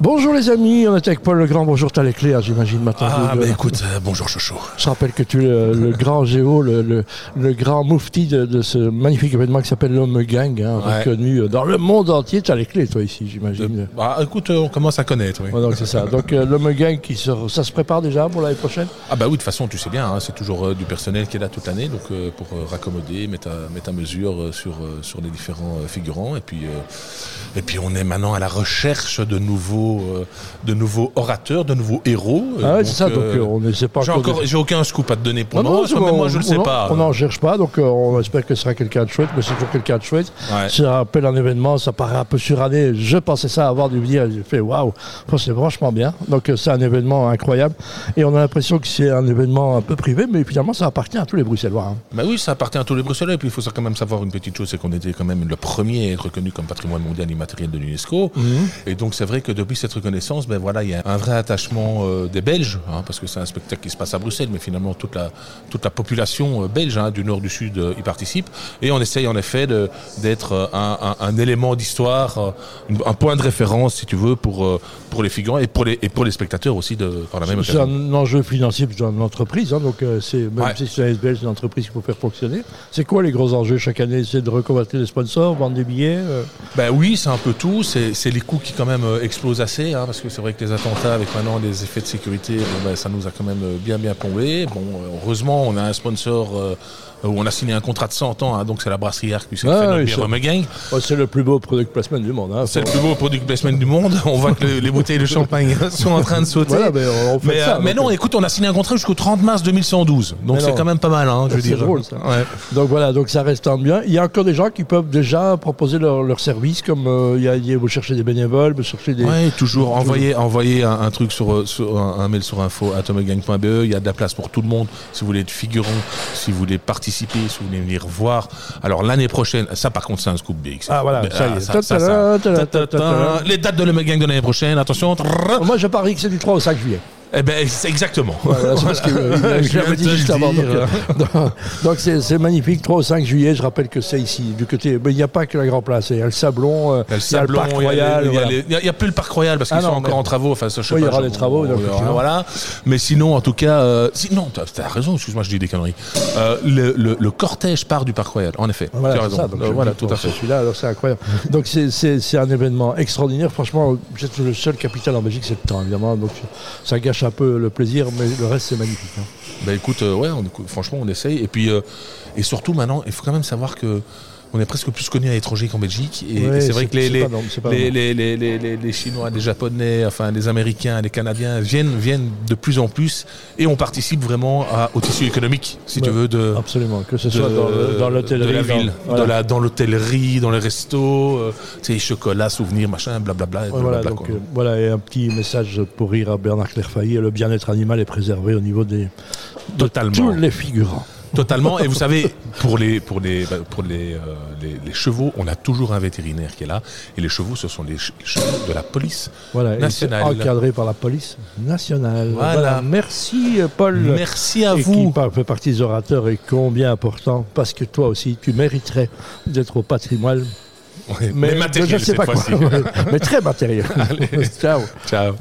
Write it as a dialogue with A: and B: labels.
A: Bonjour les amis, on est avec Paul Legrand, bonjour t'as les clés, hein, j'imagine maintenant.
B: Ah,
A: Le-
B: bah
A: le-
B: écoute, euh, bonjour Chocho.
A: Je rappelle que tu es le, le grand géo, le, le- le grand moufti de, de ce magnifique événement qui s'appelle l'Homme Gang, hein,
B: Ouais.
A: reconnu dans le monde entier. T'as les clés toi ici, j'imagine.
B: Bah écoute, euh, on commence à connaître, oui.
A: Ouais, donc c'est ça. Donc euh, l'Homme Gang, qui se- ça se prépare déjà pour l'année prochaine
B: Ah bah oui, de toute façon, tu sais bien, hein, c'est toujours euh, du personnel qui est là toute l'année, donc euh, pour euh, raccommoder, mettre à, mettre à mesure euh, sur, euh, sur les différents euh, figurants. Et puis, euh, et puis on est maintenant à la recherche de nouveaux, euh, de nouveaux orateurs, de nouveaux héros. euh,
A: Ah ouais,
B: donc,
A: c'est ça, donc
B: euh,
A: euh, on ne sait pas
B: j'ai
A: encore
B: encore,
A: des-
B: j'ai aucun scoop à te donner
A: Non,
B: pour le
A: non,
B: moment,
A: c'est
B: parce que
A: bon,
B: moi je le
A: on-
B: sais
A: on-
B: pas.
A: On n'en cherche pas, donc euh, on espère que ce sera quelqu'un de chouette, mais c'est toujours quelqu'un de chouette.
B: Ouais.
A: Ça rappelle un événement, ça paraît un peu suranné. Je pensais ça avoir du venir, j'ai fait waouh, ça, c'est franchement bien. Donc euh, c'est un événement incroyable et on a l'impression que c'est un événement un peu privé, mais finalement ça appartient à tous les Bruxellois. hein.
B: Bah oui, ça appartient à tous les Bruxellois. Et puis il faut ça quand même savoir une petite chose, c'est qu'on était quand même le premier à être reconnu comme patrimoine mondial immatériel de l'UNESCO. Et donc c'est vrai que depuis cette reconnaissance, ben voilà, il y a un vrai attachement euh, des Belges, hein, parce que c'est un spectacle qui se passe à Bruxelles, mais finalement toute la toute la population euh, belge hein, du nord du sud euh, y participe. Et on essaye en effet de- d'être euh, un, un- un élément d'histoire, euh, une- un point de référence, si tu veux, pour euh, pour les figurants et pour les et pour les spectateurs aussi de par la même
A: C'est
B: occasion.
A: un enjeu financier dans l'entreprise, hein, donc euh, c'est même
B: Ouais.
A: si c'est un SBL, c'est une entreprise qu'il faut faire fonctionner. C'est quoi les gros enjeux chaque année C'est de recommander les sponsors, vendre des billets. euh,
B: Ben oui, c'est un peu tout. C'est c'est les coûts qui quand même euh, explosent assez, hein, parce que c'est vrai que les attentats avec maintenant les effets de sécurité, bon, ben, ça nous a quand même euh, bien bien plombé. Bon, euh, heureusement, on a un sponsor euh, où on a signé un contrat de 100 ans, hein, donc c'est la brasserie Arc, puisque
A: Ah,
B: fait
A: oui,
B: notre bière
A: ça-
B: Rome Gang.
A: oh, c'est le plus beau product placement du monde. hein.
B: C'est le plus beau produit placement du monde. On voit que le- les bouteilles de champagne sont en train de sauter.
A: Voilà, mais on fait
B: Mais,
A: ça,
B: euh, mais
A: donc,
B: non, écoute, on a signé un contrat jusqu'au 30 mars 2112, donc
A: Mais
B: c'est
A: non. Ah,
B: quand même pas mal, hein, je veux
A: C'est
B: dire.
A: drôle, ça.
B: Ouais.
A: Donc voilà, donc ça reste un bien. Il y a encore des gens qui peuvent déjà proposer leur, leur service, comme euh, il y a, il y a- vous cherchez des bénévoles, vous cherchez des.
B: Ouais, toujours envoyer, envoyer un, un truc sur, euh, sur- un, un mail sur info atomegang.be. Il y a de la place pour tout le monde. Si vous voulez être figurant, si vous voulez participer, si vous voulez venir voir. Alors l'année prochaine, ça par contre c'est un scoop big.
A: Ah, voilà,
B: Ben,
A: ça y est.
B: ça- ça-
A: Ta-ta-da,
B: ça.
A: ta-da, ta-ta-da.
B: Ta-ta-da. Les dates de l'Omegang de l'année prochaine, attention. Trrr.
A: Moi, je parie que c'est du 3 au 5 juillet.
B: Eh ben c'est exactement.
A: Voilà, c'est parce que, euh, il a- je
B: Je
A: l'avais
B: viens
A: dit
B: de
A: juste
B: le
A: avant. Donc,
B: dire.
A: euh, donc c'est c'est magnifique. 3 au 5 juillet, je rappelle que c'est ici, du côté. Mais il n'y a pas que la Grand Place. Il y a le Sablon, euh,
B: Il y a le Sablon,
A: Parc
B: il y a
A: Royal.
B: les- il y a
A: voilà.
B: les- il y a- il n'y a plus le Parc Royal parce qu'ils
A: Ah
B: sont
A: non,
B: encore
A: mais-
B: en travaux. Enfin, ça, je sais
A: Oui, il y
B: pas,
A: aura
B: je-
A: des travaux,
B: on-
A: donc,
B: on verra,
A: effectivement.
B: voilà. Mais sinon, en tout cas, euh, sinon, t'as t'as raison, excuse-moi, je dis des conneries. Euh, le, le- le cortège part du Parc Royal, en effet.
A: Voilà,
B: tu as
A: c'est
B: raison.
A: ça. Donc,
B: Euh,
A: je
B: voilà,
A: me dis,
B: tout
A: bon,
B: à fait.
A: c'est Celui-là, alors c'est incroyable. Donc c'est- c'est c'est un événement extraordinaire. Franchement, peut-être le seul capital en Belgique, c'est le temps, évidemment. Donc ça gâche un peu le plaisir, mais le reste, c'est magnifique. hein.
B: Bah écoute, euh, ouais, on- écoute, franchement, on essaye. Et puis, euh, et surtout maintenant, il faut quand même savoir que on est presque plus connu à l'étranger qu'en Belgique. Et,
A: Ouais,
B: et c'est vrai
A: c'est-
B: que les,
A: c'est
B: les,
A: pas normal, c'est pas
B: les, les, les- les- les- les Chinois, les Japonais, enfin les Américains, les Canadiens viennent, viennent de plus en plus et on participe vraiment à- au tissu économique, si tu
A: Ouais.
B: veux, de,
A: Absolument, que ce
B: de-
A: soit dans le- dans l'hôtellerie.
B: de la
A: dans-
B: ville,
A: voilà.
B: dans la- dans l'hôtellerie, dans les restos, euh, tu sais, chocolat, souvenirs, machin, blablabla.
A: Ouais,
B: et
A: voilà,
B: blablabla,
A: donc,
B: quoi.
A: euh, voilà, et un petit message pour rire à Bernard Clairfailly. Le bien-être animal est préservé au niveau des tous
B: Totalement.
A: les figurants.
B: Totalement. Et vous savez, pour les pour les bah, pour les, euh, les, les chevaux, on a toujours un vétérinaire qui est là. Et les chevaux, ce sont les, che- les chevaux de la police.
A: Voilà, et c'est
B: National.
A: encadré par la police nationale.
B: Voilà.
A: Merci euh, Paul.
B: Merci à
A: et qui
B: vous.
A: par- fait partie des orateurs et combien important, parce que toi aussi, tu mériterais d'être au patrimoine.
B: Ouais, mais
A: je
B: matériel
A: sais
B: cette
A: pas quoi.
B: fois-ci.
A: mais très matériel. Ciao.
B: Ciao.